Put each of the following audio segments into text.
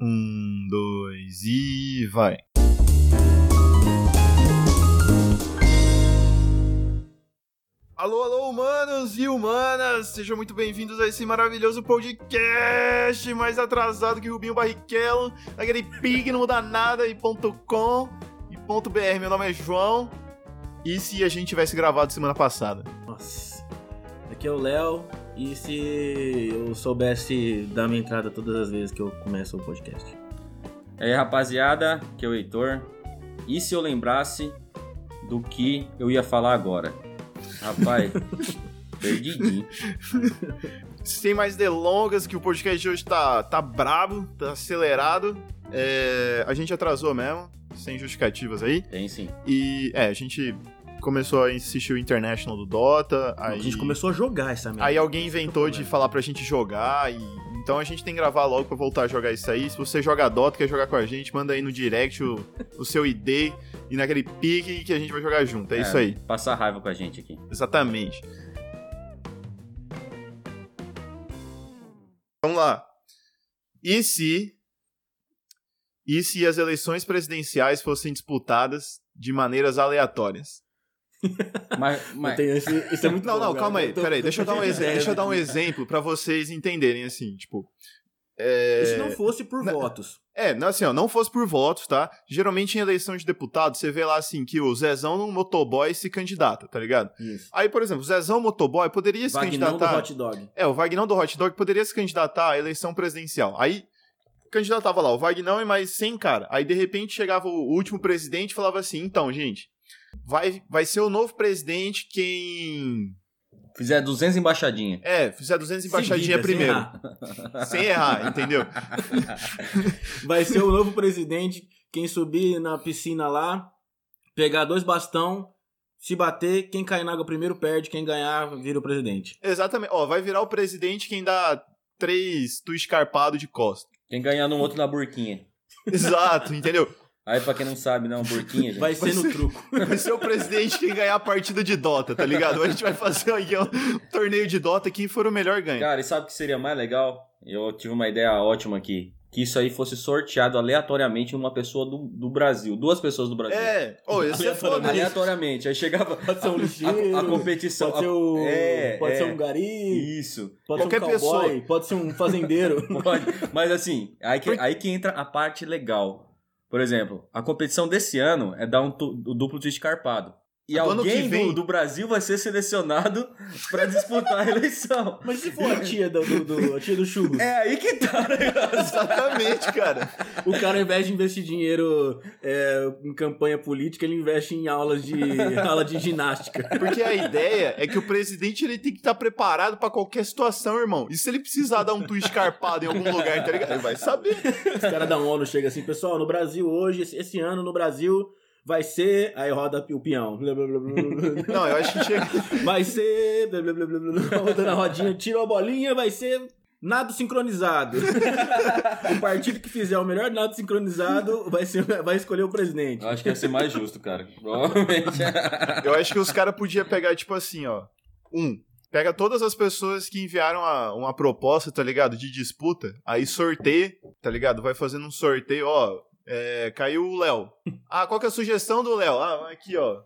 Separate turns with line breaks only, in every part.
Um, dois e vai. Alô, alô, humanos e humanas! Sejam muito bem-vindos a esse maravilhoso podcast mais atrasado que Rubinho Barrichello, aquele pig não muda nada e ponto .com e ponto .br. Meu nome é João. E se a gente tivesse gravado semana passada?
Nossa. Aqui é o Léo. E se eu soubesse dar minha entrada todas as vezes que eu começo o podcast?
E aí, rapaziada, que é o Heitor. E se eu lembrasse do que eu ia falar agora? Rapaz, perdi.
Sem mais delongas, que o podcast de hoje tá, tá brabo, tá acelerado. É, a gente atrasou mesmo, sem justificativas aí.
Tem sim.
E é, a gente começou a insistir o International do Dota. Aí,
A gente começou a jogar essa merda.
aí alguém inventou de
problema.
falar pra gente jogar e. Então a gente tem que gravar logo pra voltar a jogar isso aí. Se você joga Dota, quer jogar com a gente, manda aí no direct o, o seu ID e naquele pique que a gente vai jogar junto. É, isso aí.
Passar raiva com a gente aqui.
Exatamente. Vamos lá. E se. E se as eleições presidenciais fossem disputadas de maneiras aleatórias?
Mas,
Eu
mas-
tenho esse- isso é muito
Não,
bom,
não,
cara. então,
calma aí.
Eu tô-
Peraí,
tô
deixa eu dar um,
cheio de
exe-
ideias
deixa eu dar um
aqui.
exemplo pra vocês entenderem, assim, tipo. É...
E se não fosse por
Na-
votos?
É, não, assim, ó, não fosse por votos, tá? Geralmente em eleição de deputado, você vê lá, assim, que o Zezão no motoboy se candidata, tá ligado?
Isso.
Aí, por exemplo, o Zezão motoboy poderia se
Vagnão do
candidatar.
hot dog.
É, o Vagnão do Hot Dog poderia se candidatar à eleição presidencial. Aí, candidatava lá o Vagnão e mais 100 cara. Aí, de repente, chegava o último presidente e falava assim, então, gente, vai, vai ser o novo presidente quem...
Fizer 200 embaixadinhas.
É, fizer 200
Seguida,
embaixadinha
sem
primeiro.
errar.
Sem errar, entendeu?
Vai ser o novo presidente. Quem subir na piscina lá, pegar dois bastão, se bater, quem cair na água primeiro perde, quem ganhar vira o presidente.
Exatamente. Ó, vai virar o presidente quem dá três tu escarpado de costa.
Quem ganhar no outro na burquinha.
Exato, entendeu?
Aí, pra quem não sabe, não, burquinha, gente.
Vai ser no truco.
Vai ser o presidente quem ganhar a partida de Dota, tá ligado? A gente vai fazer aqui um torneio de Dota, quem for o melhor ganha.
Cara, e sabe o que seria mais legal? Eu tive uma ideia ótima aqui. Que isso aí fosse sorteado aleatoriamente em uma pessoa do, do Brasil. Duas pessoas do Brasil.
É, ô, ia ser foda. né?
Aleatoriamente. Aí chegava
Pode ser um lixeiro,
a, a competição.
Pode ser,
Então, a-
o,
É,
pode
é.
ser um gari,
Isso.
pode ser um
Qualquer
cowboy,
pessoa.
pode ser um fazendeiro.
Pode. Mas assim, aí que,
Por-
aí que entra a parte legal. Por exemplo, a competição desse ano é dar um tu- o duplo de escarpado. E
Do ano que
alguém
vem-
do, do Brasil vai ser selecionado pra disputar a eleição.
Mas se for a tia do, do, do- a tia do churro,
É aí que tá, né?
Exatamente, cara.
o cara ao invés de investir dinheiro é, em campanha política, ele investe em aulas de aula de ginástica.
Porque a ideia é que o presidente ele tem que estar preparado pra qualquer situação, irmão. E se ele precisar dar um tu escarpado em algum lugar, tá ligado? Ele vai saber.
Os caras da ONU chegam assim, pessoal, no Brasil hoje, esse, esse ano no Brasil vai ser, aí roda o peão. Blá, blá, blá, blá, blá.
Não, eu acho que chega.
Vai ser, blá, blá, blá, blá, blá, rodando a rodinha, tirou a bolinha, vai ser nado sincronizado. o partido que fizer o melhor nado sincronizado vai ser vai escolher o presidente.
Eu acho que ia ser mais justo, cara. Provavelmente.
Eu acho que os caras podiam pegar, tipo assim, ó. Um, pega todas as pessoas que enviaram a- uma proposta, tá ligado? De disputa. Aí sorteia, tá ligado? Vai fazendo um sorteio, ó. é, caiu o Léo. Ah, qual que é a sugestão do Léo? Ah, aqui, ó.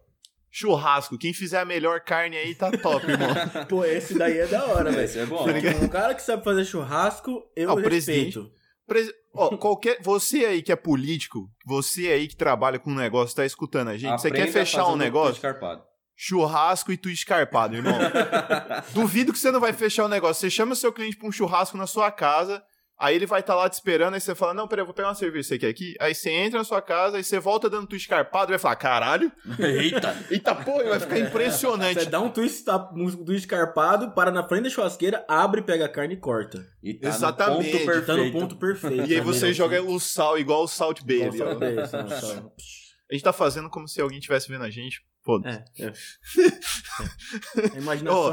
Churrasco. Quem fizer a melhor carne aí tá top, irmão.
Pô, esse daí é da hora, velho.
Esse é bom.
Um cara que sabe fazer churrasco, eu
Ah, o
respeito.
Pres- Ó, qualquer. Você aí que é político, você aí que trabalha com um negócio, tá escutando a gente, você
Aprenda
quer
a
fechar
fazer
um
duplo de
negócio?
Escarpado.
Churrasco e tu escarpado, irmão. Duvido que você não vai fechar o negócio. Você chama o seu cliente pra um churrasco na sua casa, aí ele vai estar lá te esperando, aí você fala, não, peraí, eu vou pegar uma cerveja, você quer aqui? Aí você entra na sua casa, aí você volta dando tu escarpado, ele vai falar, caralho,
Eita!
eita porra, vai ficar
Você
impressionante.
dá um twist, tá, um twist carpado, para na frente da churrasqueira, abre, pega a carne e corta.
E tá
Exatamente.
no ponto perfeito.
Tá no ponto perfeito.
E aí você
Também,
joga
assim.
o sal igual o Salt Bay. ali,
Nossa,
ó.
bem, assim, nossa.
A gente tá fazendo como se alguém estivesse vendo a gente. Foda.
É, é. A imaginação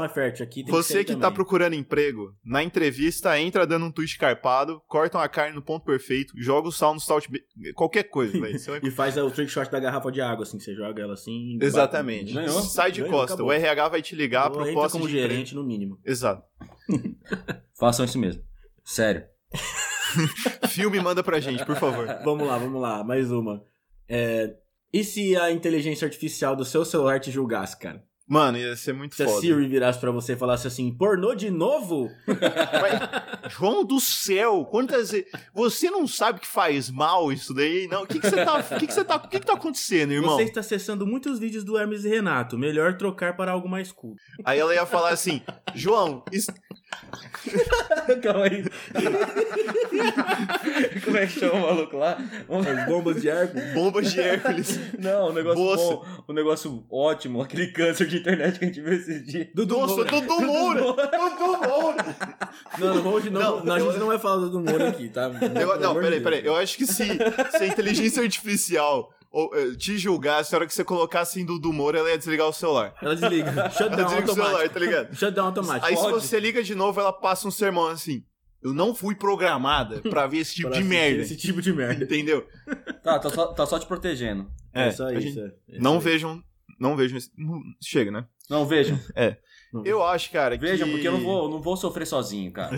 Ô,
é fértil aqui. Tem
Você
ser
que tá
também.
procurando emprego, na entrevista entra dando um twist carpado, cortam a carne no ponto perfeito, joga o sal no salt, Bay, qualquer coisa, velho. Você vai
E faz é, o trick shot da garrafa de água, assim, que você joga ela assim. e
Exatamente.
bate.
Ganhou.
Sai de
Ganhou,
costa.
acabou.
O RH vai te ligar, a
Ou entra
proposta
como
de
gerente, no mínimo.
emprego. Exato.
Façam isso mesmo. Sério.
Filme manda pra gente, por favor.
Vamos lá, vamos lá, mais uma. É, e se a inteligência artificial do seu celular te julgasse, cara?
Mano, ia ser muito
Se a
foda.
é Siri virasse pra você e falasse assim, pornô de novo?
Mas, João do céu, quantas vezes. Você não sabe que faz mal isso daí? Não. O que, que você tá. O que, que você tá. O que, que tá acontecendo, irmão?
Você está acessando muitos vídeos do Hermes e Renato. Melhor trocar para algo mais culto.
Aí ela ia falar assim, João, isso-
Calma aí. Como é que chama o maluco lá?
As bombas de ar.
bombas de Hércules.
Não, um negócio
Bolsa.
bom, um negócio ótimo, aquele câncer de internet que a gente viu esses dias.
Dudu
Nossa,
Moura.
Dudu Moura! Dudu Moura!
Não, não, vamos de novo.
Não,
Não, a
eu-
gente não vai falar do Dudu Moura aqui, tá?
Eu,
Pelo
não,
amor
peraí,
de Deus.
peraí. Eu acho que se, se a inteligência artificial ou, eh, te julgasse, na hora que você colocasse em Dudu Moura, ela ia desligar o celular.
Ela desliga.
Ela
Shutdown
desliga o celular,
automático.
tá ligado?
Shutdown automático.
Aí se
Pode.
você liga de novo, ela passa um sermão assim. Eu não fui programada pra ver esse tipo
Pra
de
assistir
merda.
Esse tipo de merda.
Entendeu?
Tá, tá só, tá só te protegendo.
É,
É,
só
a
isso.
gente-
é. É
Não
isso aí.
vejam. Não vejam. esse- não- Chega, né?
Não, vejam.
Eu acho, cara.
Vejam,
que-
porque eu não vou, não vou sofrer sozinho, cara.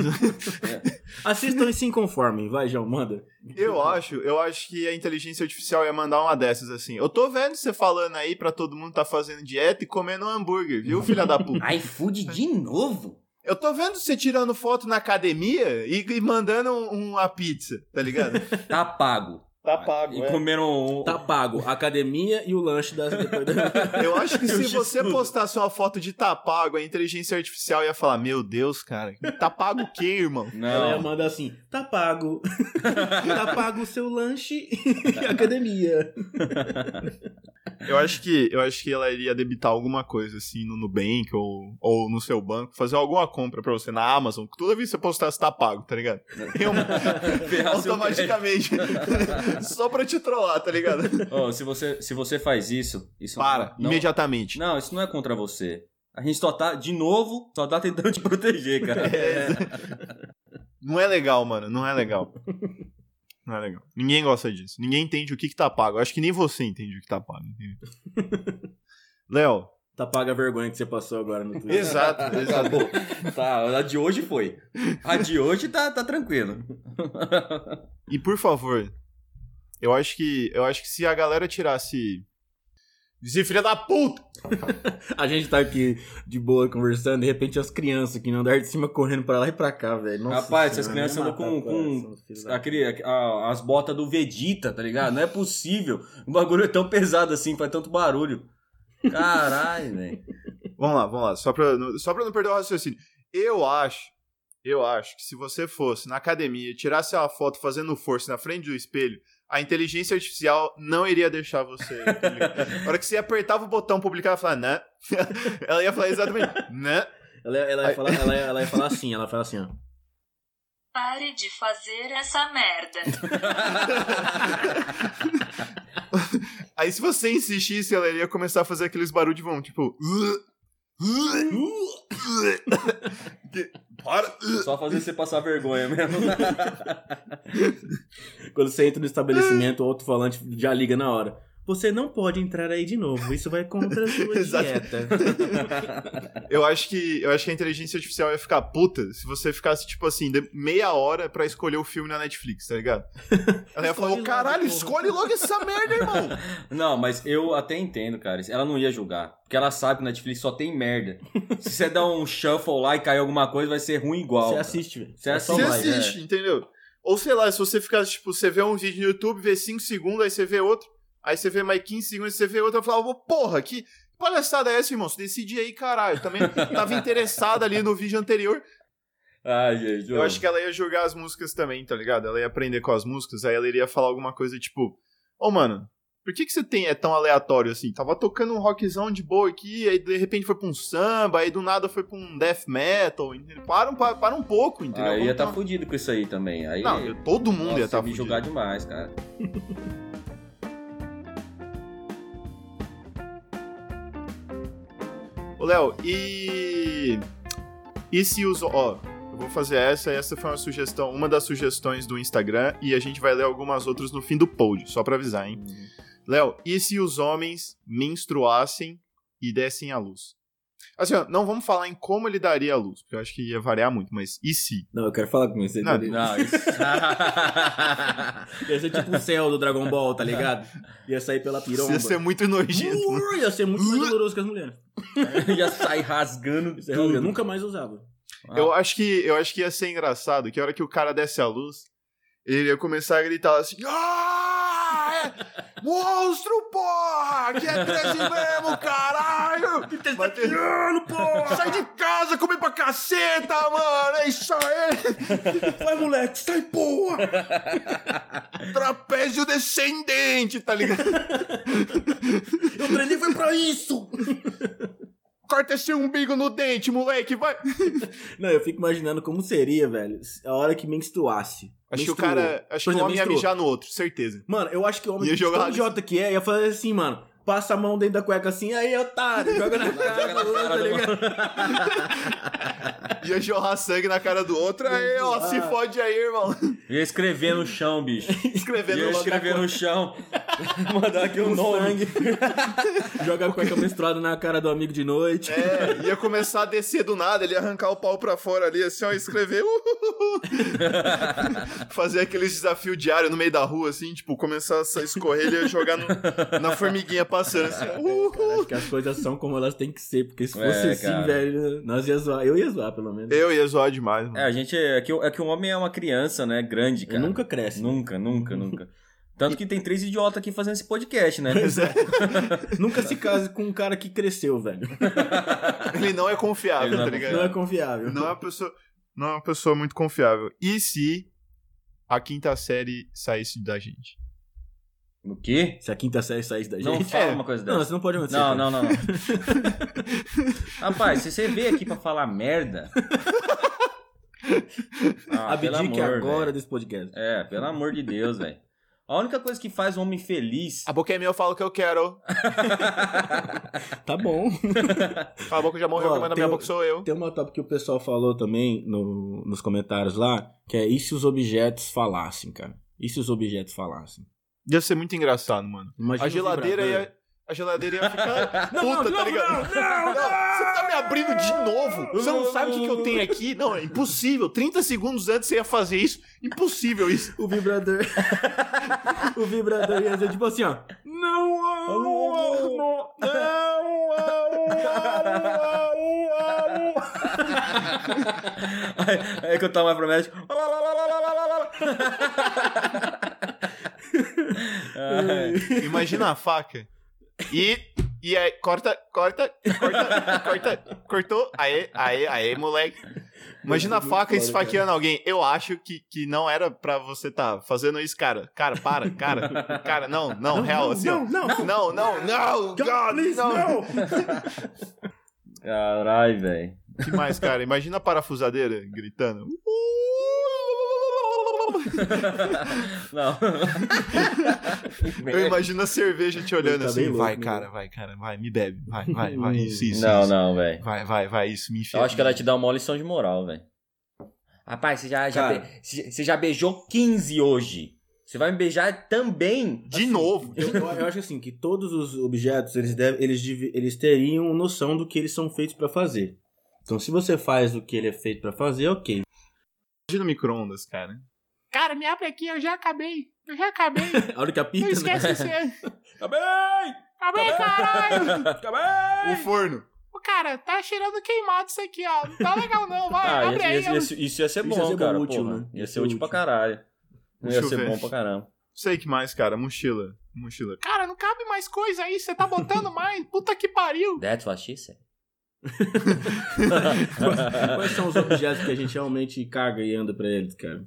Assistam e se inconformem. Vai, João, manda.
Eu acho, eu acho que a inteligência artificial ia mandar uma dessas assim. Eu tô vendo você falando aí pra todo mundo tá fazendo dieta e comendo um hambúrguer, viu, filha da puta?
iFood de novo?
Eu tô vendo você tirando foto na academia e, e mandando um- uma pizza, tá ligado?
Tá pago.
Tá
E comeram um...
Tá pago. A academia e o lanche das... depois da-
Eu acho que
Eu
se
disse
você
tudo.
postasse uma foto de tá pago, a inteligência artificial ia falar: Meu Deus, cara, tá pago o quê, irmão?
Ela ia
Não.
mandar assim, tá pago. tá pago o seu lanche e a academia.
Eu acho que eu acho que ela iria debitar alguma coisa assim no Nubank ou, ou no seu banco, fazer alguma compra pra você na Amazon. Toda vez que você postasse tá pago, tá ligado? Eu- é
Ferrar seu crédito.
automaticamente. Só pra te trollar, tá ligado?
Ô, se, você, se você faz isso... isso
Para,
Então, não,
imediatamente.
Não, isso não é contra você. A gente só tá, de novo, só tá tentando te proteger, cara.
É. Não é legal, mano. Não é legal. Não é legal. Ninguém gosta disso. Ninguém entende o que, que tá pago. Eu acho que nem você entende o que tá pago. entendeu? Léo.
Tá paga a vergonha que você passou agora no Twitter.
Exato, exato.
Tá, a de hoje foi. A de hoje tá, tá tranquilo.
E por favor, eu acho que. Eu acho que se a galera tirasse. Dizer filha da puta!
A gente tá aqui de boa conversando, de repente as crianças que não andar de cima correndo pra lá e pra cá, velho. Nossa
Rapaz, essas
senhora, né?
crianças
ia
andam
matar
com-
o coração, filho da-
Aquele, a- as botas do Vegeta, tá ligado? Não é possível. O bagulho é tão pesado assim, faz tanto barulho. Caralho, velho.
Vamos lá, vamos lá. Só pra, só pra não perder o raciocínio. Eu acho. Eu acho que se você fosse na academia e tirasse uma foto fazendo força na frente do espelho, a inteligência artificial não iria deixar você. tá ligado? Na hora que você apertava o botão publicar, ela ia falar, né? ela ia falar exatamente, né?
Ela, ela, ia
Ai.
falar, ela, ia- ela ia falar assim, ela fala assim, ó.
Pare de fazer essa merda.
Aí se você insistisse, ela iria começar a fazer aqueles barulhos de vão, tipo. Que- Para!
Só fazer você passar vergonha mesmo.
Quando você entra no
Ah.
estabelecimento, o alto-falante já liga na hora. Você não pode entrar aí de novo, isso vai contra a sua
Exato.
dieta.
Eu acho que eu acho que a inteligência artificial ia ficar puta se você ficasse tipo assim, de- meia hora pra escolher o filme na Netflix, tá ligado? Ela ia falar,
Escolhe
"Ô, caralho,
logo, porra."
escolhe logo essa merda, irmão.
Não, mas eu até entendo, cara. Ela não ia julgar. Porque ela sabe que Netflix só tem merda. Se você der um shuffle lá e cair alguma coisa, vai ser ruim igual.
Você
cara.
assiste, velho.
Você
É só
Você
vai,
like.
assiste, entendeu? Ou sei lá, se você ficasse tipo, você vê um vídeo no YouTube, vê 5 segundos, aí você vê outro, aí você vê mais 15 segundos, você vê outro, eu falava, "Ô, porra, que palhaçada é essa, irmão? Você decide aí, caralho. Eu Também tava interessado ali no vídeo anterior.
Ai, gente.
Eu acho que ela ia jogar as músicas também, tá ligado? Ela ia aprender com as músicas, aí ela iria falar alguma coisa tipo: Ô, mano, por que, que você tem, é tão aleatório assim? Tava tocando um rockzão de boa aqui, aí de repente foi pra um samba, aí do nada foi pra um death metal, entendeu? Para um, pa- para um pouco, entendeu?
Aí
Vamos
ia tá
dar uma-
fudido com isso aí também. Aí,
Não, eu- todo mundo
nossa,
ia tá
me
fudido.
julgar demais, cara.
Ô, Léo, e. E se os. Ó, eu vou fazer essa, essa foi uma sugestão, uma das sugestões do Instagram, e a gente vai ler algumas outras no fim do pod, só pra avisar, hein?
Hum.
Léo, e se os homens menstruassem e dessem à luz? Assim, ó, não vamos falar em como ele daria a luz, porque eu acho que ia variar muito, mas e se?
Não, eu quero falar com você.
Não,
entendeu?
Não, isso...
Ia ser tipo o céu do Dragon Ball, tá ligado? Ia sair pela piromba.
Ia ser um muito nojento. né?
Ui, ia ser muito mais doloroso que as mulheres.
ia sair rasgando.
Isso é regra, eu nunca mais usava.
Eu acho que eu acho que ia ser engraçado que a hora que o cara desse a luz, ele ia começar a gritar assim: "Ah! é Monstro, porra! Que é 13 mesmo, caralho! Vai ter-
porra!
Sai de casa, come pra caceta, mano! É isso aí!
Vai, moleque, sai, porra!
Trapézio descendente, tá ligado?
Eu treinei foi pra isso!
Corta esse umbigo no dente, moleque, vai!
Não, eu fico imaginando como seria, velho, a hora que menstruasse.
Acho que o
Menstruou.
cara. Acho que o
Por exemplo,
homem ia
menstruou.
mijar no outro, certeza.
Mano, eu acho que o homem
Ia jogar
tão
ali.
idiota que é ia fazer assim, mano. Passa a mão dentro da cueca assim, aí, otário, joga na cara,
Joga na cara
tá
do
ligado?
Ia jorrar sangue na cara do outro, aí, ó, se fode aí, irmão.
Ia escrever no chão, bicho.
Escrevendo
Ia
logo na
escrever no chão. Mandar aqui um
Com
nome.
sangue. é joga a cueca menstruada na cara do amigo de noite.
É, ia começar a descer do nada, ele ia arrancar o pau pra fora ali, assim, ó, escrever. uhuhuhu. Fazer aqueles desafios diários no meio da rua, assim, tipo, começar a escorrer, ele ia jogar no- na formiguinha passando, assim, ó, uhuhu.
Acho que as coisas são como elas têm que ser, porque se
É,
fosse assim,
cara.
velho, nós ia zoar. Eu ia zoar, pelo menos.
Eu ia zoar demais, mano.
É, a gente. É que, o- é que o homem é uma criança, né? Grande,
Eu
cara.
nunca cresce.
Nunca, nunca, nunca. Tanto que tem três idiotas aqui fazendo esse podcast, né?
Pois é,
Nunca se case com um cara que cresceu, velho.
ele não é confiável,
Ele não é
tá ligado?
Não é confiável.
Não é uma pessoa, não é uma pessoa muito confiável. E se a quinta série saísse da gente?
O quê?
Se a quinta série saísse da
Não
gente. é.
fala uma coisa
Não,
dessa.
isso não pode acontecer.
Não,
cara.
não, não. não. Rapaz, se você veio aqui pra falar merda. Ah, pelo
Abdique
amor,
agora
velho.
desse podcast.
É, pelo amor de Deus, velho. A única coisa que faz um homem feliz.
A boca é minha, eu falo o que eu quero.
Tá bom.
A boca já morreu,
Ó,
quem manda
tem
minha
o-
boca sou eu.
Tem uma top que o pessoal falou também no- nos comentários lá, que é e se os objetos falassem, cara? E se os objetos falassem?
Ia ser muito engraçado, mano.
Imagina
A
um
geladeira
vibrador.
ia. A geladeira ia ficar
Não,
puta,
não,
tá ligado?
não, não,
Você tá me abrindo de novo? Você não
Não,
sabe o que, que eu
não.
tenho aqui? Não, é impossível. 30 segundos antes você ia fazer isso. Impossível isso.
O vibrador. o vibrador ia ser tipo assim, ó. Não,
não, não,
Ah,
Aí que eu tava pro médico. Ai,
Imagina a faca. E. E aí, corta, corta, corta, corta, cortou. Aê, aê, aê, moleque. Imagina a faca esfaqueando alguém. Eu acho que, que não era pra você tá fazendo isso, cara. Cara, para, cara. Cara, não, não, real, assim, ó.
não, não, não.
Não, não, não, God,
please,
não.
não.
Carai, velho.
O que mais, cara? Imagina a parafusadeira gritando.
Não.
Eu imagino a cerveja te olhando
Tá
assim.
bem louco,
vai,
né?
cara, vai, cara, vai, me bebe. Vai, vai, vai, isso, isso.
Não,
isso.
não, velho.
Vai, vai, vai, isso, me enfia.
Eu acho que ela te dá uma lição de moral, velho. Rapaz, você já, já
Cara.
be- você você já beijou 15 hoje. Você vai me beijar também?
De novo.
Eu, eu- eu acho assim que todos os objetos eles devem, eles, devi- eles teriam noção do que eles são feitos pra fazer. Então, se você faz o que ele é feito pra fazer, ok.
Imagina o micro-ondas, cara.
Cara, me abre aqui, eu já acabei. Eu já acabei.
A hora que apita,
Não
né?
esquece isso. aí.
Tá bem!
Acabei, caralho.
Tá
Ah,
bem!
O forno.
Ô, Cara, tá cheirando queimado isso aqui, ó. Não tá legal não, vai.
Ah,
abre
ia-
aí.
ia- ia- isso, ia ser
Isso
bom,
ia ser bom,
cara.
útil,
porra.
né?
Ia ser útil pra caralho. Não
Deixa
ia
eu
ser
ver.
bom pra caramba.
Sei que mais, cara. Mochila. Mochila.
Cara, não cabe mais coisa aí. Você tá botando mais. Puta que pariu.
That's what she said.
Quais são os objetos que a gente realmente caga e anda pra eles, cara?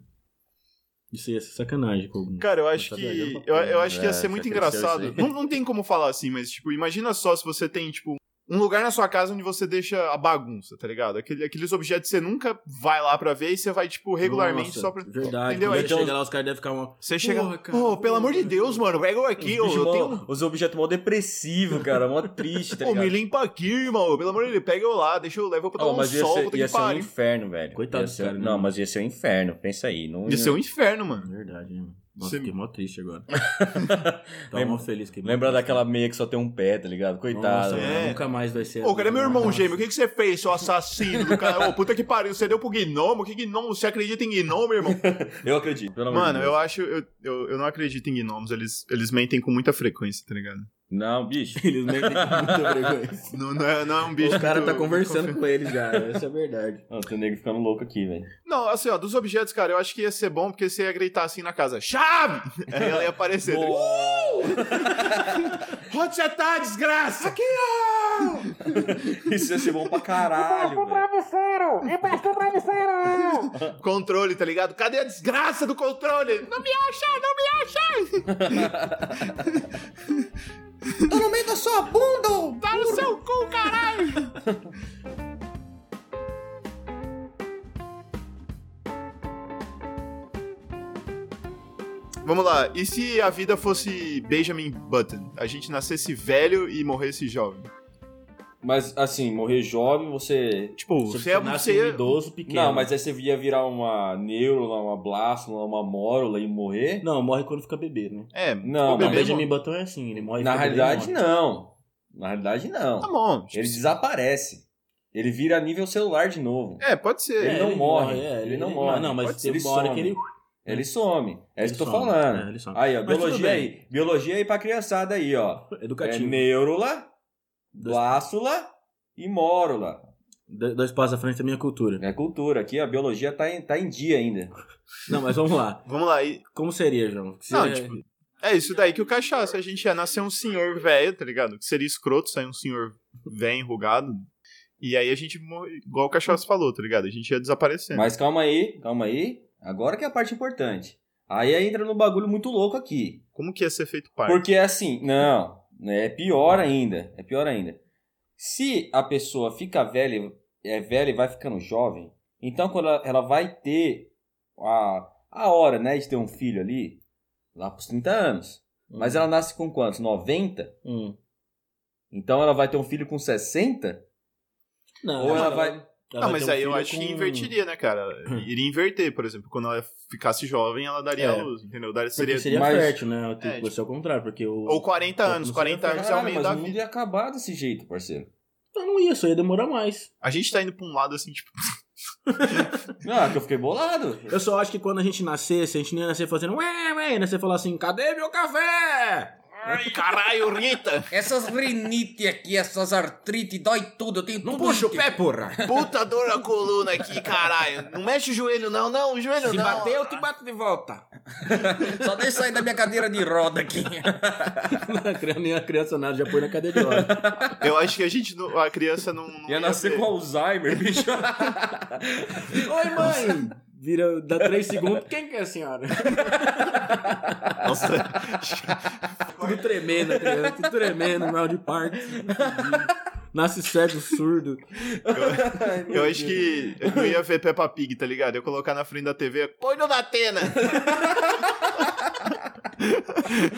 Isso ia ser sacanagem. Com...
Cara, eu acho
Tá
que.
viajando pra
Eu, eu
porra.
acho que ia
É,
ser muito
já cresceu
engraçado.
isso aí.
Não, não tem como falar assim, mas, tipo, imagina só se você tem, tipo, um lugar na sua casa onde você deixa a bagunça, tá ligado? Aquele- aqueles objetos que você nunca vai lá pra ver e você vai, tipo, regularmente
Nossa,
só pra.
Verdade.
Entendeu?
Quando
Aí
chega
tem uns-
lá, os caras devem ficar uma...
Você chega.
Porra, cara,
Pô, pelo amor de
porra.
Deus, mano, pega eu aqui, eu,
Bicho,
eu
mó-
tenho. um
Os objetos mó depressivos, cara. Mó triste, tá
Pô, me
ligado?
limpa aqui, irmão. Pelo amor de Deus, pega eu lá, deixa eu levar pra tomar
Oh,
um
mas ia
sol,
ser,
puta
ia
que
ser um
pariu.
inferno, velho.
Coitado
Ia
desse
ser-
cara, né?
Não, mas ia ser um inferno, pensa aí. Não
Ia ser um inferno, mano.
Verdade, hein? mano? Nossa,
Você-
fiquei mó triste agora. Tava mó
Lembra-
feliz. fiquei mó
Lembra
triste.
daquela meia que só tem um pé, tá ligado? Coitado.
um Nossa,
É.
mano, nunca mais vai ser.
Ô, cadê meu irmão
Nossa.
gêmeo? O que, que você fez, seu assassino do cara? Ô, puta que pariu, você deu pro gnomo? Que gnomo? Você acredita em gnomo, irmão?
é.
Eu acredito. Pelo amor
Mano,
de
eu
Deus.
acho. Eu, eu, eu não acredito em gnomos, eles, eles mentem com muita frequência, tá ligado?
Não, bicho.
Eles mentem com muita vergonha.
Não, não, é, não é um bicho.
O cara
muito-
tá conversando
muito
com eles já, essa é a verdade.
Não, tem nego ficando louco aqui, velho.
confi- Não, assim, ó, dos objetos, cara, eu acho que ia ser bom porque você ia gritar assim na casa: Chave! Aí ela ia aparecer. tá ligado? Onde você tá, desgraça? Aqui!
Isso ia ser bom pra caralho, velho.
travesseiro! Empresta o travesseiro!
Controle, tá ligado? Cadê a desgraça do controle? Não me acha, não me
Tô no meio da sua bunda! Tá no seu cu, caralho!
Vamos lá, e se a vida fosse Benjamin Button? A gente nascesse velho e morresse jovem?
Mas, assim, morrer jovem, você...
Tipo,
Se
você é
nasce
você
um
ia-
idoso pequeno.
Não, mas aí você ia virar uma neurula, uma blástula, uma mórula e morrer?
Não, morre quando fica bebê, né?
É,
Não,
o
Não,
mas
bebê
mas Jimmy
morre.
Button é assim, ele morre
Na
fica bebê,
realidade,
morre.
não. Na realidade, não.
Tá bom.
Ele desaparece. Ele vira nível celular de novo.
É, pode ser.
Ele não morre, ele não morre.
Não, mas
Pode
teve
ser,
uma hora
ele
que ele...
Ele some. É isso que eu tô
some. É,
falando.
ele some.
Aí, ó,
Mas tudo
biologia
bem.
aí. Biologia aí pra criançada aí, ó. É
Educativo.
neurula,
Dois-
blástula e mórula.
do- Dois passos à frente da minha cultura.
É cultura aqui, a biologia tá em, tá em dia ainda.
Não, mas vamos lá.
Vamos lá. e-
Como seria, João? Se-
Não, tipo, É isso daí que o cachaça. A gente ia nascer um senhor velho, tá ligado? Que seria escroto sair um senhor velho, enrugado. E aí a gente morre, igual o cachaça falou, tá ligado? A gente ia
É.
desaparecendo.
Mas calma aí, calma aí. Agora que é a parte importante. Aí entra no bagulho muito louco aqui.
Como que ia ser feito parte?
Porque assim, não, é pior ainda, é pior ainda. Se a pessoa fica velha, é velha e vai ficando jovem, então quando ela, ela vai ter a, a hora, né, de ter um filho ali, lá pros 30 anos, mas ela nasce com quantos? 90?
Hum.
Então ela vai ter um filho com 60?
Não,
Ou ela vai...
Não, mas
ter um
aí eu
filho
acho que
com-
invertiria, né, cara? Iria inverter, por exemplo. Quando ela ficasse jovem, ela daria
É.
a luz, entendeu? Daria,
Porque
seria...
seria
mas-
fértil, né? Tem
É,
que ser ao contrário, porque o...
Ou 40 anos.
Não seria
40 anos é o
Caralho,
meio
mas
da
o mundo
vida.
ia acabar desse jeito, parceiro.
Não, não ia, isso ia demorar mais.
A gente tá indo pra um lado, assim, tipo...
Ah, que eu fiquei bolado.
Eu só acho que quando a gente nascesse, a gente não ia nascer fazendo ué, ué, ia nascer falar assim, cadê meu café?
Ai, caralho, Rita!
Essas rinite aqui, essas artrite, dói tudo, eu tenho
Não
tudo.
puxa o
isso.
pé, porra!
Puta dor na coluna aqui, caralho. Não mexe o joelho, não. Não, o joelho
Se
não.
bater, eu te bato de volta.
Só deixa eu sair da minha cadeira de roda aqui.
A criança- Nem a criança nada, já põe na cadeira de roda.
Eu acho que a gente, não- a criança não... não
Ia nascer
ter.
com Alzheimer, bicho.
Oi, mãe! Assim, Vira, dá três segundos, quem que é a senhora?
Nossa.
tudo tremendo, a criança, tudo tremendo, mal de parte. Nasce cego, surdo.
Eu acho que eu não ia ver Peppa Pig, tá ligado? Eu colocar na frente da TV, põe no Datena!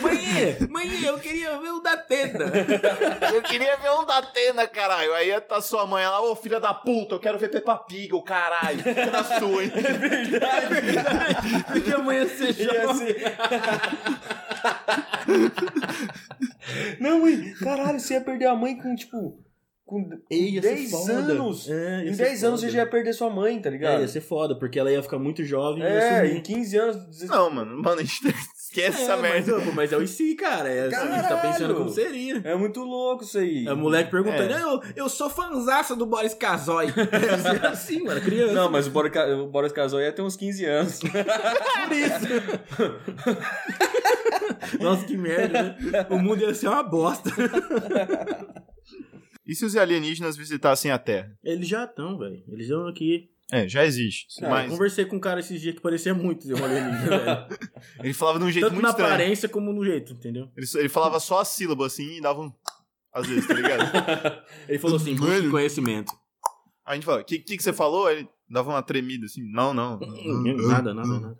Mãe, mãe, eu queria ver o da tenda.
Eu queria ver um Datena, caralho. Aí ia tá sua mãe lá, ô filha da puta, eu quero ver Peppa Pig, ô caralho. Fica na sua, hein?
Porque amanhã você
Ia
jovem.
ser- Não, mãe, caralho, você ia perder a mãe com, tipo, com
Ei, ia ser
10
foda.
anos.
É, ia
em
ser
10 anos
foda.
você já ia perder sua mãe, tá
É,
ligado?
ia ser foda, porque ela ia ficar muito jovem e ia
É,
sumir.
em 15 anos. dez-
Não, mano, mano, a gente esquece essa
mas,
merda.
ô, Mas, é o IC, cara. É, assim, a gente tá
Caralho!
pensando como seria.
É muito louco isso aí.
É o moleque perguntando,
É.
eu, eu sou fanzaça do Boris Casoy. É assim, mano, criança.
Não, mas o Boris, Ca- o Boris Casol ia ter uns 15 anos.
por isso. Nossa, que merda, né? O mundo ia ser uma bosta.
E se os alienígenas visitassem a Terra?
Eles já estão, velho. Eles estão aqui.
É, já existe.
Cara,
mas
Conversei com um cara esses dias que parecia muito de um alienígena, velho.
ele falava de um jeito
Tanto
muito
na
estranho.
aparência como no jeito, entendeu?
Ele, ele falava só a sílaba, assim, e dava um... Às vezes, tá ligado?
Ele falou assim,
Mano.
busque conhecimento.
Aí a gente fala, o que, que, que você falou? Aí Ele dava uma tremida, assim, não, não.
Nada, nada, nada.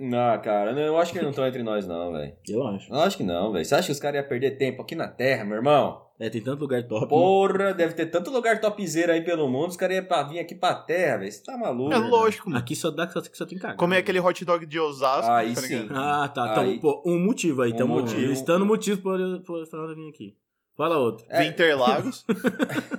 Não, cara, não, eu acho que eles não estão entre nós, não, velho.
Eu acho.
Eu acho que não, velho. Você acha que os caras iam perder tempo aqui na Terra, meu irmão?
É, tem tanto lugar top. né?
Porra, deve ter tanto lugar topzera aí pelo mundo, os caras iam pra- vir aqui pra Terra, velho. Você tá maluco?
É lógico, mano.
Aqui só dá só, só tem cagada.
Comer é aquele hot dog de Osasco.
Aí
tá
sim.
ligado?
Ah, tá. Então,
Aí.
pô, um motivo aí.
Um
Então,
motivo.
listando motivos pra eu- pra eu falar vir aqui. Fala outro.
De Interlagos.
É,
É,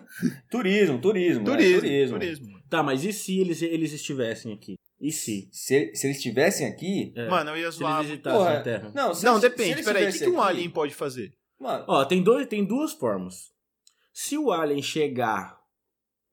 Turismo, turismo. né?
turismo,
turismo.
turismo.
Tá, mas e se eles, eles estivessem aqui? E se?
Se, se eles estivessem aqui.
É,
Mano, eu ia
se eles
zoar.
visitassem
porra.
a Terra.
Não, se
Não,
eles- se
depende.
eles
Peraí, o que,
estivessem
que um
aqui-
alien pode fazer?
Mano,
Ó, tem, dois, tem duas formas. Se o alien chegar,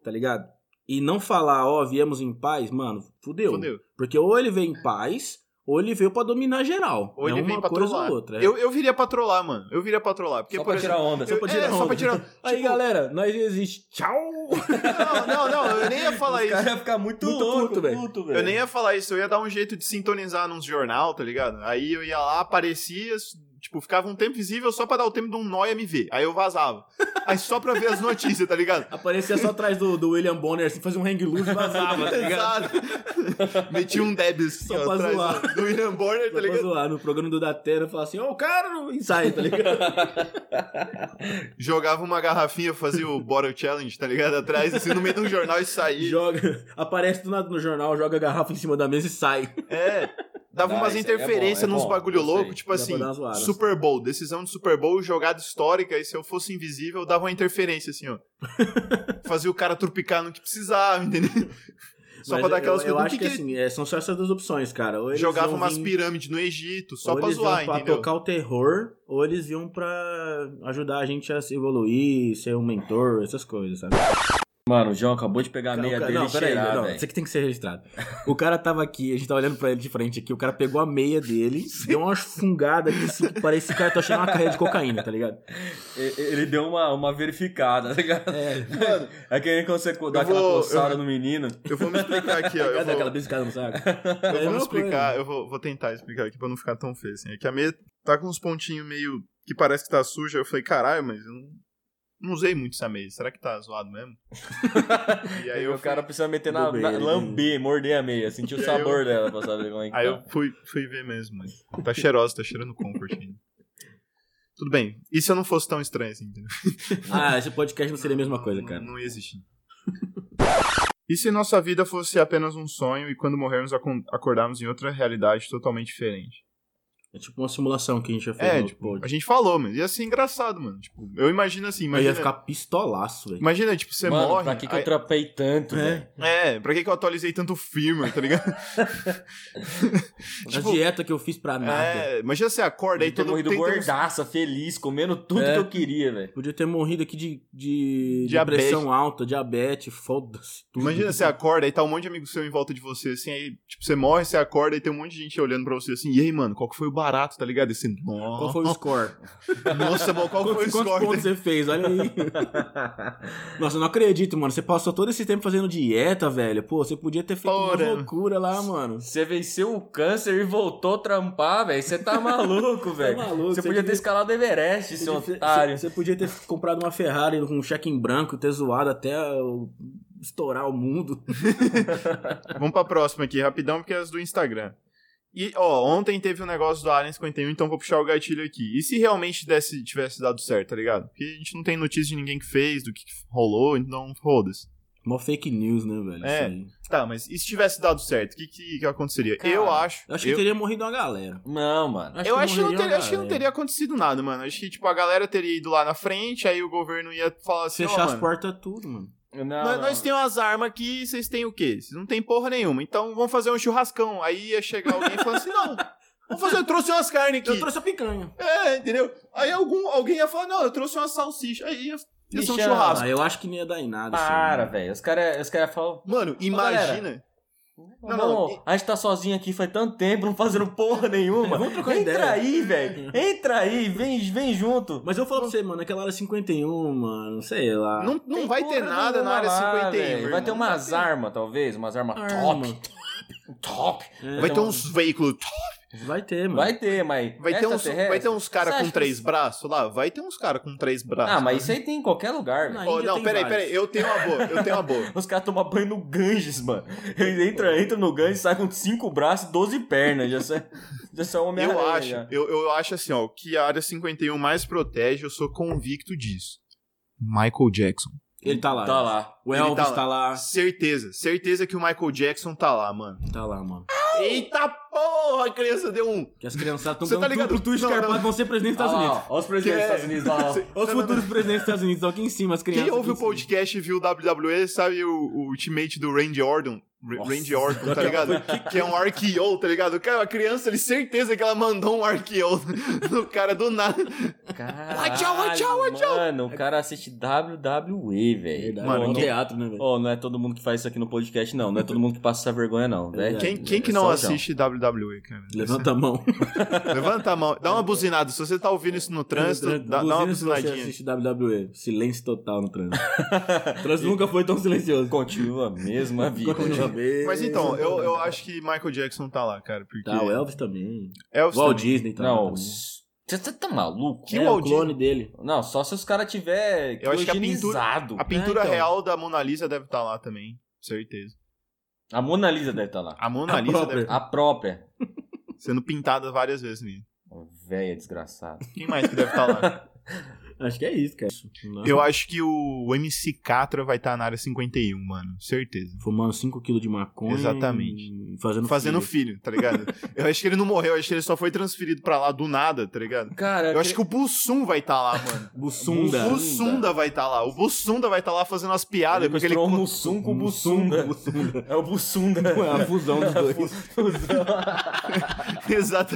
tá ligado? E não falar, ó, viemos em paz, mano, fudeu.
Fudeu. É.
Porque ou ele veio em paz, ou ele veio pra dominar geral.
Ou
é
ele
uma
vem pra
coisa
trollar.
ou outra. é.
Eu, eu viria pra trollar, mano. Eu viria pra trollar. Porque,
só
por
pra
exemplo.
tirar onda.
eu-
pra tirar
é, só
onda.
pra tirar.
Aí,
tipo,
galera, nós existe. Tchau!
Não, não, não. Eu nem ia falar
Os
isso.
caras iam ficar muito,
Muito
louco,
puto, velho.
puto, velho.
Eu nem ia falar isso, eu ia dar um jeito de sintonizar num jornal, tá ligado? Aí eu ia lá, aparecia, s- tipo, ficava um tempo visível só pra dar o tempo de um nóia me ver. Aí eu vazava. Aí só pra ver as notícias, tá ligado?
Aparecia só atrás do, do William Bonner, assim, fazia um hang loose e vazava, tá ligado?
Exato. Meti um debis
Só pra zoar.
do William Borner, tá
Só pra
ligado?
zoar no programa do Datena, falar assim, ó, o cara e sai, tá ligado?
Jogava uma garrafinha, fazia o Bottle Challenge, tá ligado? Atrás, assim, no meio de um jornal e saía.
joga, aparece do nada no jornal, joga a garrafa em cima da mesa e sai.
É. Dava
Ah,
umas
isso aí é bom,
interferências
é
nos
bom,
bagulho
gostei.
louco, tipo
Dá pra
assim,
dar umas zoadas.
Super Bowl, decisão de Super Bowl, jogada histórica, e se eu fosse invisível, eu dava uma interferência, assim, ó. Fazia o cara trupicar no que precisava, entendeu? Só
Mas
pra dar
eu-
aquelas coisas.
eu,
O
acho
que
que,
que ele
assim, é, são só essas duas opções, cara. Ou eles
jogava
iam
umas
vir-
pirâmides no Egito, só
ou
pra
eles
zoar,
iam pra
entendeu?
tocar o terror, ou eles iam pra ajudar a gente a se evoluir, ser um mentor, essas coisas, sabe?
Mano, o João acabou de pegar a meia
cara-
dele e
peraí,
cheirar,
não,
velho.
isso aqui tem que ser registrado. O cara tava aqui, a gente tava olhando pra ele de frente aqui, o cara pegou a meia dele, deu uma fungada aqui, assim, que parece que o cara tá achando uma carreira de cocaína, tá ligado?
E- Ele deu uma, uma verificada, tá ligado?
É,
Mano, é que nem quando você dá aquela
vou-
coçada
eu-
no menino.
Eu vou me explicar aqui, ó. Eu
Cadê
vou,
aquela biscada no saco?
eu vou
É a
me
mesma
explicar, eu vou, vou tentar explicar aqui pra não ficar tão feio, assim. É que a meia tá com uns pontinhos meio que parece que tá suja. Eu falei, caralho, mas eu não, não usei muito essa meia. Será que tá zoado mesmo? e aí
Aí
eu
o cara precisa meter na,
Bobei,
na-
ele-
lamber, morder a meia, sentir o
E aí
sabor dela pra saber como é que
Aí
tá.
eu fui, fui ver mesmo, mas tá cheirosa, tá cheirando comfort ainda. Tudo bem. E se eu não fosse tão estranho assim, entendeu?
Ah, esse podcast não seria a mesma coisa, cara.
Não, não ia existir. E se nossa vida fosse apenas um sonho e quando morrermos acon- acordarmos em outra realidade totalmente diferente?
É tipo uma simulação que a gente já fez.
É,
no
tipo,
pod.
a gente falou, mas ia ser engraçado, mano. Tipo, eu imagino assim,
Eu
imagina,
ia ficar pistolaço, velho.
imagina tipo, você
Mano,
morre...
pra que, que
aí-
eu trapei tanto,
É.
velho?
É, pra que, que eu atualizei tanto o firmware, tá ligado?
a dieta que eu fiz pra nada.
Tipo, é, imagina você acorda aí
Eu ter
todo
morrido
tentando-
gordaça, feliz, comendo tudo
É.
que eu queria, velho.
Podia ter morrido aqui de, de
Diabetes.
depressão alta, diabetes, foda-se. tudo.
Imagina, você acorda e tá um monte de amigo seu em volta de você, assim, aí, tipo, você morre, você acorda e tem um monte de gente olhando pra você, assim, e aí, mano, qual que foi o barato, tá ligado? E você, nossa,
Qual foi o score?
nossa, mano, qual foi o
Quantos, quantos pontos
score?
você fez? Olha aí. Nossa, eu não acredito, mano. Você passou todo esse tempo fazendo dieta, velho. Pô, você podia ter feito
Porra.
uma loucura lá, mano.
Você venceu o câncer e voltou a trampar, velho. Você tá maluco, velho.
maluco,
Você
você
podia ter
devia-
escalado o Everest, seu um otário.
Você podia ter comprado uma Ferrari com um cheque em branco e ter zoado até o- estourar o mundo.
Vamos pra próxima aqui, rapidão, porque é as do Instagram. E, ó, ontem teve um negócio do Alien 51, então vou puxar o gatilho aqui. E se realmente desse, tivesse dado certo, tá ligado? Porque a gente não tem notícia de ninguém que fez, do que que rolou, então foda-se.
Mó fake news, né, velho?
É.
Isso aí.
Tá, mas e se tivesse dado certo, o que, que, que aconteceria?
Cara,
eu acho...
Eu acho que
eu-
teria morrido uma galera.
Não, mano.
eu acho que, não
morreria
teria,
uma
acho que não
galera.
teria acontecido nada, mano. Acho que, tipo, a galera teria ido lá na frente, aí o governo ia falar assim, ó,
Fechar as
mano,
portas tudo, mano.
Não,
nós,
não.
nós temos umas armas aqui, vocês têm o quê? Vocês não tem porra nenhuma. Então, vamos fazer um churrascão. Aí ia chegar alguém e falar assim, não, vamos fazer, eu trouxe umas carnes aqui.
Eu trouxe a picanha.
É, entendeu? Aí algum, alguém ia falar, não, eu trouxe uma salsicha. Aí ia, ia ser um
Michel,
churrasco.
Ah, eu acho que não ia dar em nada. assim,
Para,
né?
velho. Os caras os cara falam.
Mano, imagina. Não,
Não,
não,
a gente tá sozinho aqui faz tanto tempo, não fazendo porra
É,
nenhuma.
Vamos trocar
Entra
ideia.
aí, velho. Entra aí, vem, vem junto.
Mas eu falo pra você, mano, aquela hora 51, mano, sei lá.
Não, não
Tem
vai ter
porra
nada na
nenhuma
área
lá,
51.
velho. Vai
irmão.
Ah,
ter umas armas, talvez, umas armas
Arma.
top.
Top.
É,
Vai ter
então-
uns veículos.
Vai ter, mano.
Vai ter, mas.
Vai ter uns,
extraterrestre?
vai ter uns
Você
caras
acha
com
que
três
eles-
braços lá? Vai ter uns caras com três braços.
Ah, mas isso aí tem em qualquer lugar.
Não,
velho.
aí
Ó,
já
não,
tem
peraí,
vários.
peraí. Eu tenho uma boa, eu tenho uma boa.
Os caras tomam banho no Ganges, mano. Eles entram, entram no Ganges, saem com cinco braços e 12 pernas. Já são, já são homem
Eu acho, eu, eu acho assim, ó, que a área 51 mais protege, eu sou convicto disso. Michael Jackson.
Ele tá lá.
Tá lá.
O
Ele
Elvis
tá lá.
tá lá.
Certeza, certeza que o Michael Jackson tá lá, mano.
Tá lá, mano.
Eita porra, a criança deu um.
Que as criançadas
Você
estão
tá
dando
ligado?
tudo pro
Não,
escarpado
não.
vão ser presidente dos Estados Unidos.
Olha os presidentes dos Estados Unidos lá. ó.
Os
Não, não,
futuros presidentes dos Estados Unidos estão aqui em cima, as crianças.
Quem ouve o
aqui em cima.
podcast e viu o WWE sabe o, o teammate do Randy Orton? R-
Nossa.
Randy Orton, tá ligado? que é um arqueol, tá ligado? Cara, a criança, ele certeza que ela mandou um arqueol no cara do nada.
Caralho,
Tchau, tchau, tchau.
Mano, o cara assiste WWE, velho.
Verdade,
Mano,
é um
quem-
teatro, né, velho?
Oh, não é todo mundo que faz isso aqui no podcast, não. Não é todo mundo que passa essa vergonha, não. velho.
Quem, quem que não
É, Só o João.
assiste WWE, cara?
Levanta a mão.
Levanta a mão, dá uma buzinada. Se você tá ouvindo isso no trânsito, dá, dá uma
Buzina se você
buzinadinha.
assiste WWE. Silêncio total no trânsito. o trânsito nunca foi tão silencioso.
Continua a mesma vida.
Continua mesmo.
Mas então, eu, eu acho que Michael Jackson tá lá, cara. Porque
Tá, o Elvis também.
Elvis
Walt
também.
Disney tá lá
Não,
também.
s- você você tá maluco?
Que
é,
Walt
o clone dele.
Não, só se os caras tiver
Eu acho que a pintura-
criogenizado.
A pintura
É, então.
real da Mona Lisa deve estar lá também, certeza.
A Mona Lisa deve estar lá.
A Mona
É A
Lisa
própria.
deve estar
A própria.
sendo pintada várias vezes, menino.
Ô, Véia desgraçada.
Quem mais que deve estar lá?
Acho que é isso, cara.
Eu acho que o MC Catra vai estar na área 51, mano. Certeza.
Fumando 5kg de maconha.
Exatamente.
e Fazendo,
Fazendo
filho.
filho, tá ligado? Eu acho que ele não morreu, eu acho que ele só foi transferido pra lá do nada, tá ligado?
Cara,
Eu acho que o Bussum vai estar lá, mano.
Bussunda.
O Bussunda vai estar lá. O Bussunda vai estar lá fazendo as
Ah,
piadas,
ele um
porque ele.
misturou o Mussum com o Bussunda.
Bussunda.
É o Bussunda.
É a fusão dos dois.
Exato.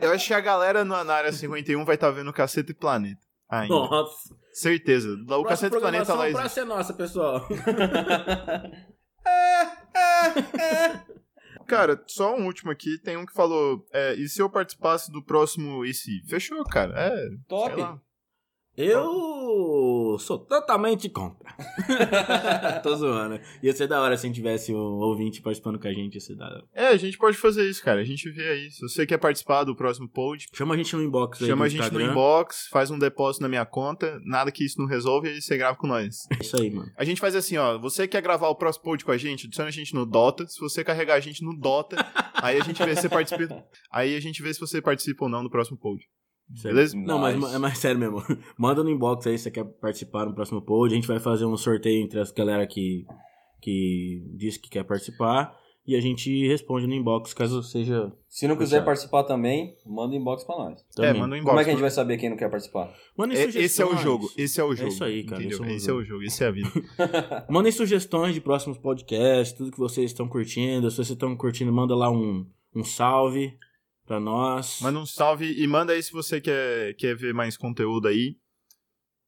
Eu acho que a galera na na área 51 vai estar vendo Caceta e Planeta. Ainda.
Nossa.
Certeza. O Caceta e Planeta lá existe.
é nossa, pessoal.
Cara, só um último aqui. Tem um que falou: é, e se eu participasse do próximo esse? Fechou, cara. É,
Top.
sei lá.
Eu sou totalmente contra. Tô zoando. Ia ser da hora se a gente tivesse um ouvinte participando com a gente. Ia ser da hora.
É, a gente pode fazer isso, cara. A gente vê aí. Se você quer participar do próximo pod,
Chama a gente no inbox aí.
chama
no
a gente
Instagram.
no inbox, faz um depósito na minha conta. Nada que isso não resolve, aí você grava com nós.
É isso aí, mano.
A gente faz assim, ó. Você quer gravar o próximo pod com a gente? Adiciona a gente no Dota. Se você carregar a gente no Dota, aí a gente vê se você participa. Aí a gente vê se você participa ou não do próximo pod. Beleza?
Não, mas
Nice.
é mais sério mesmo. Manda no inbox aí se você quer participar no próximo pod. A gente vai fazer um sorteio entre as galera que, que diz que quer participar. E a gente responde no inbox, caso seja.
Se não quiser
Fechado.
participar também, manda um inbox pra nós.
É,
também.
manda um inbox.
Como é que a gente vai saber quem não quer participar?
Mandem
É, Esse é o
sugestões.
jogo, esse é o jogo.
isso aí, cara,
entendeu?
esse é um
Esse é
jogo.
o jogo, esse é a vida.
Mandem sugestões de próximos podcasts, tudo que vocês estão curtindo. Se vocês estão curtindo, manda lá um, um salve pra nós.
Manda um salve e manda aí se você quer, quer ver mais conteúdo aí.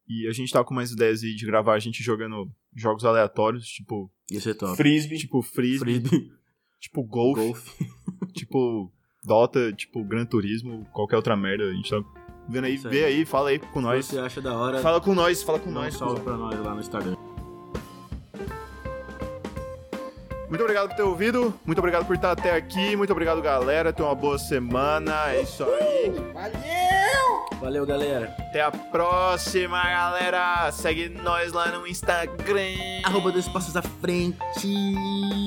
E a gente tá com umas ideias aí de gravar a gente jogando jogos aleatórios, tipo,
Isso é top.
Frisbee.
tipo frisbee,
Frido.
tipo golfe,
Golf.
tipo Dota, tipo Gran Turismo, qualquer outra merda. A gente tá vendo aí,
Isso aí.
vê aí, fala aí com nós.
Se você acha da hora,
Fala com nós, fala com
dá um
nós.
salve pra nós lá no Instagram.
Muito obrigado por ter ouvido, muito obrigado por estar até aqui, muito obrigado galera, tenha uma boa semana, é isso aí.
Valeu, galera.
Até a próxima, galera. Segue nós lá no Instagram.
Arroba dois passos à frente.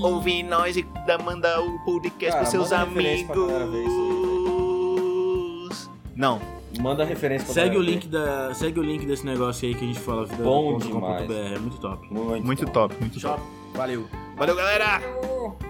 Ouve nós e dá- manda o podcast
Cara,
pros seus
manda referência pra galera ver
amigos. Não.
Manda referência pra
Segue o,
nós ver.
link da, segue o link desse negócio aí que a gente fala. vida
Bom
ponto com
demais.
ponto BR, É muito top.
Muito.
Muito top, muito top.
Valeu.
Valeu, galera!
Valeu.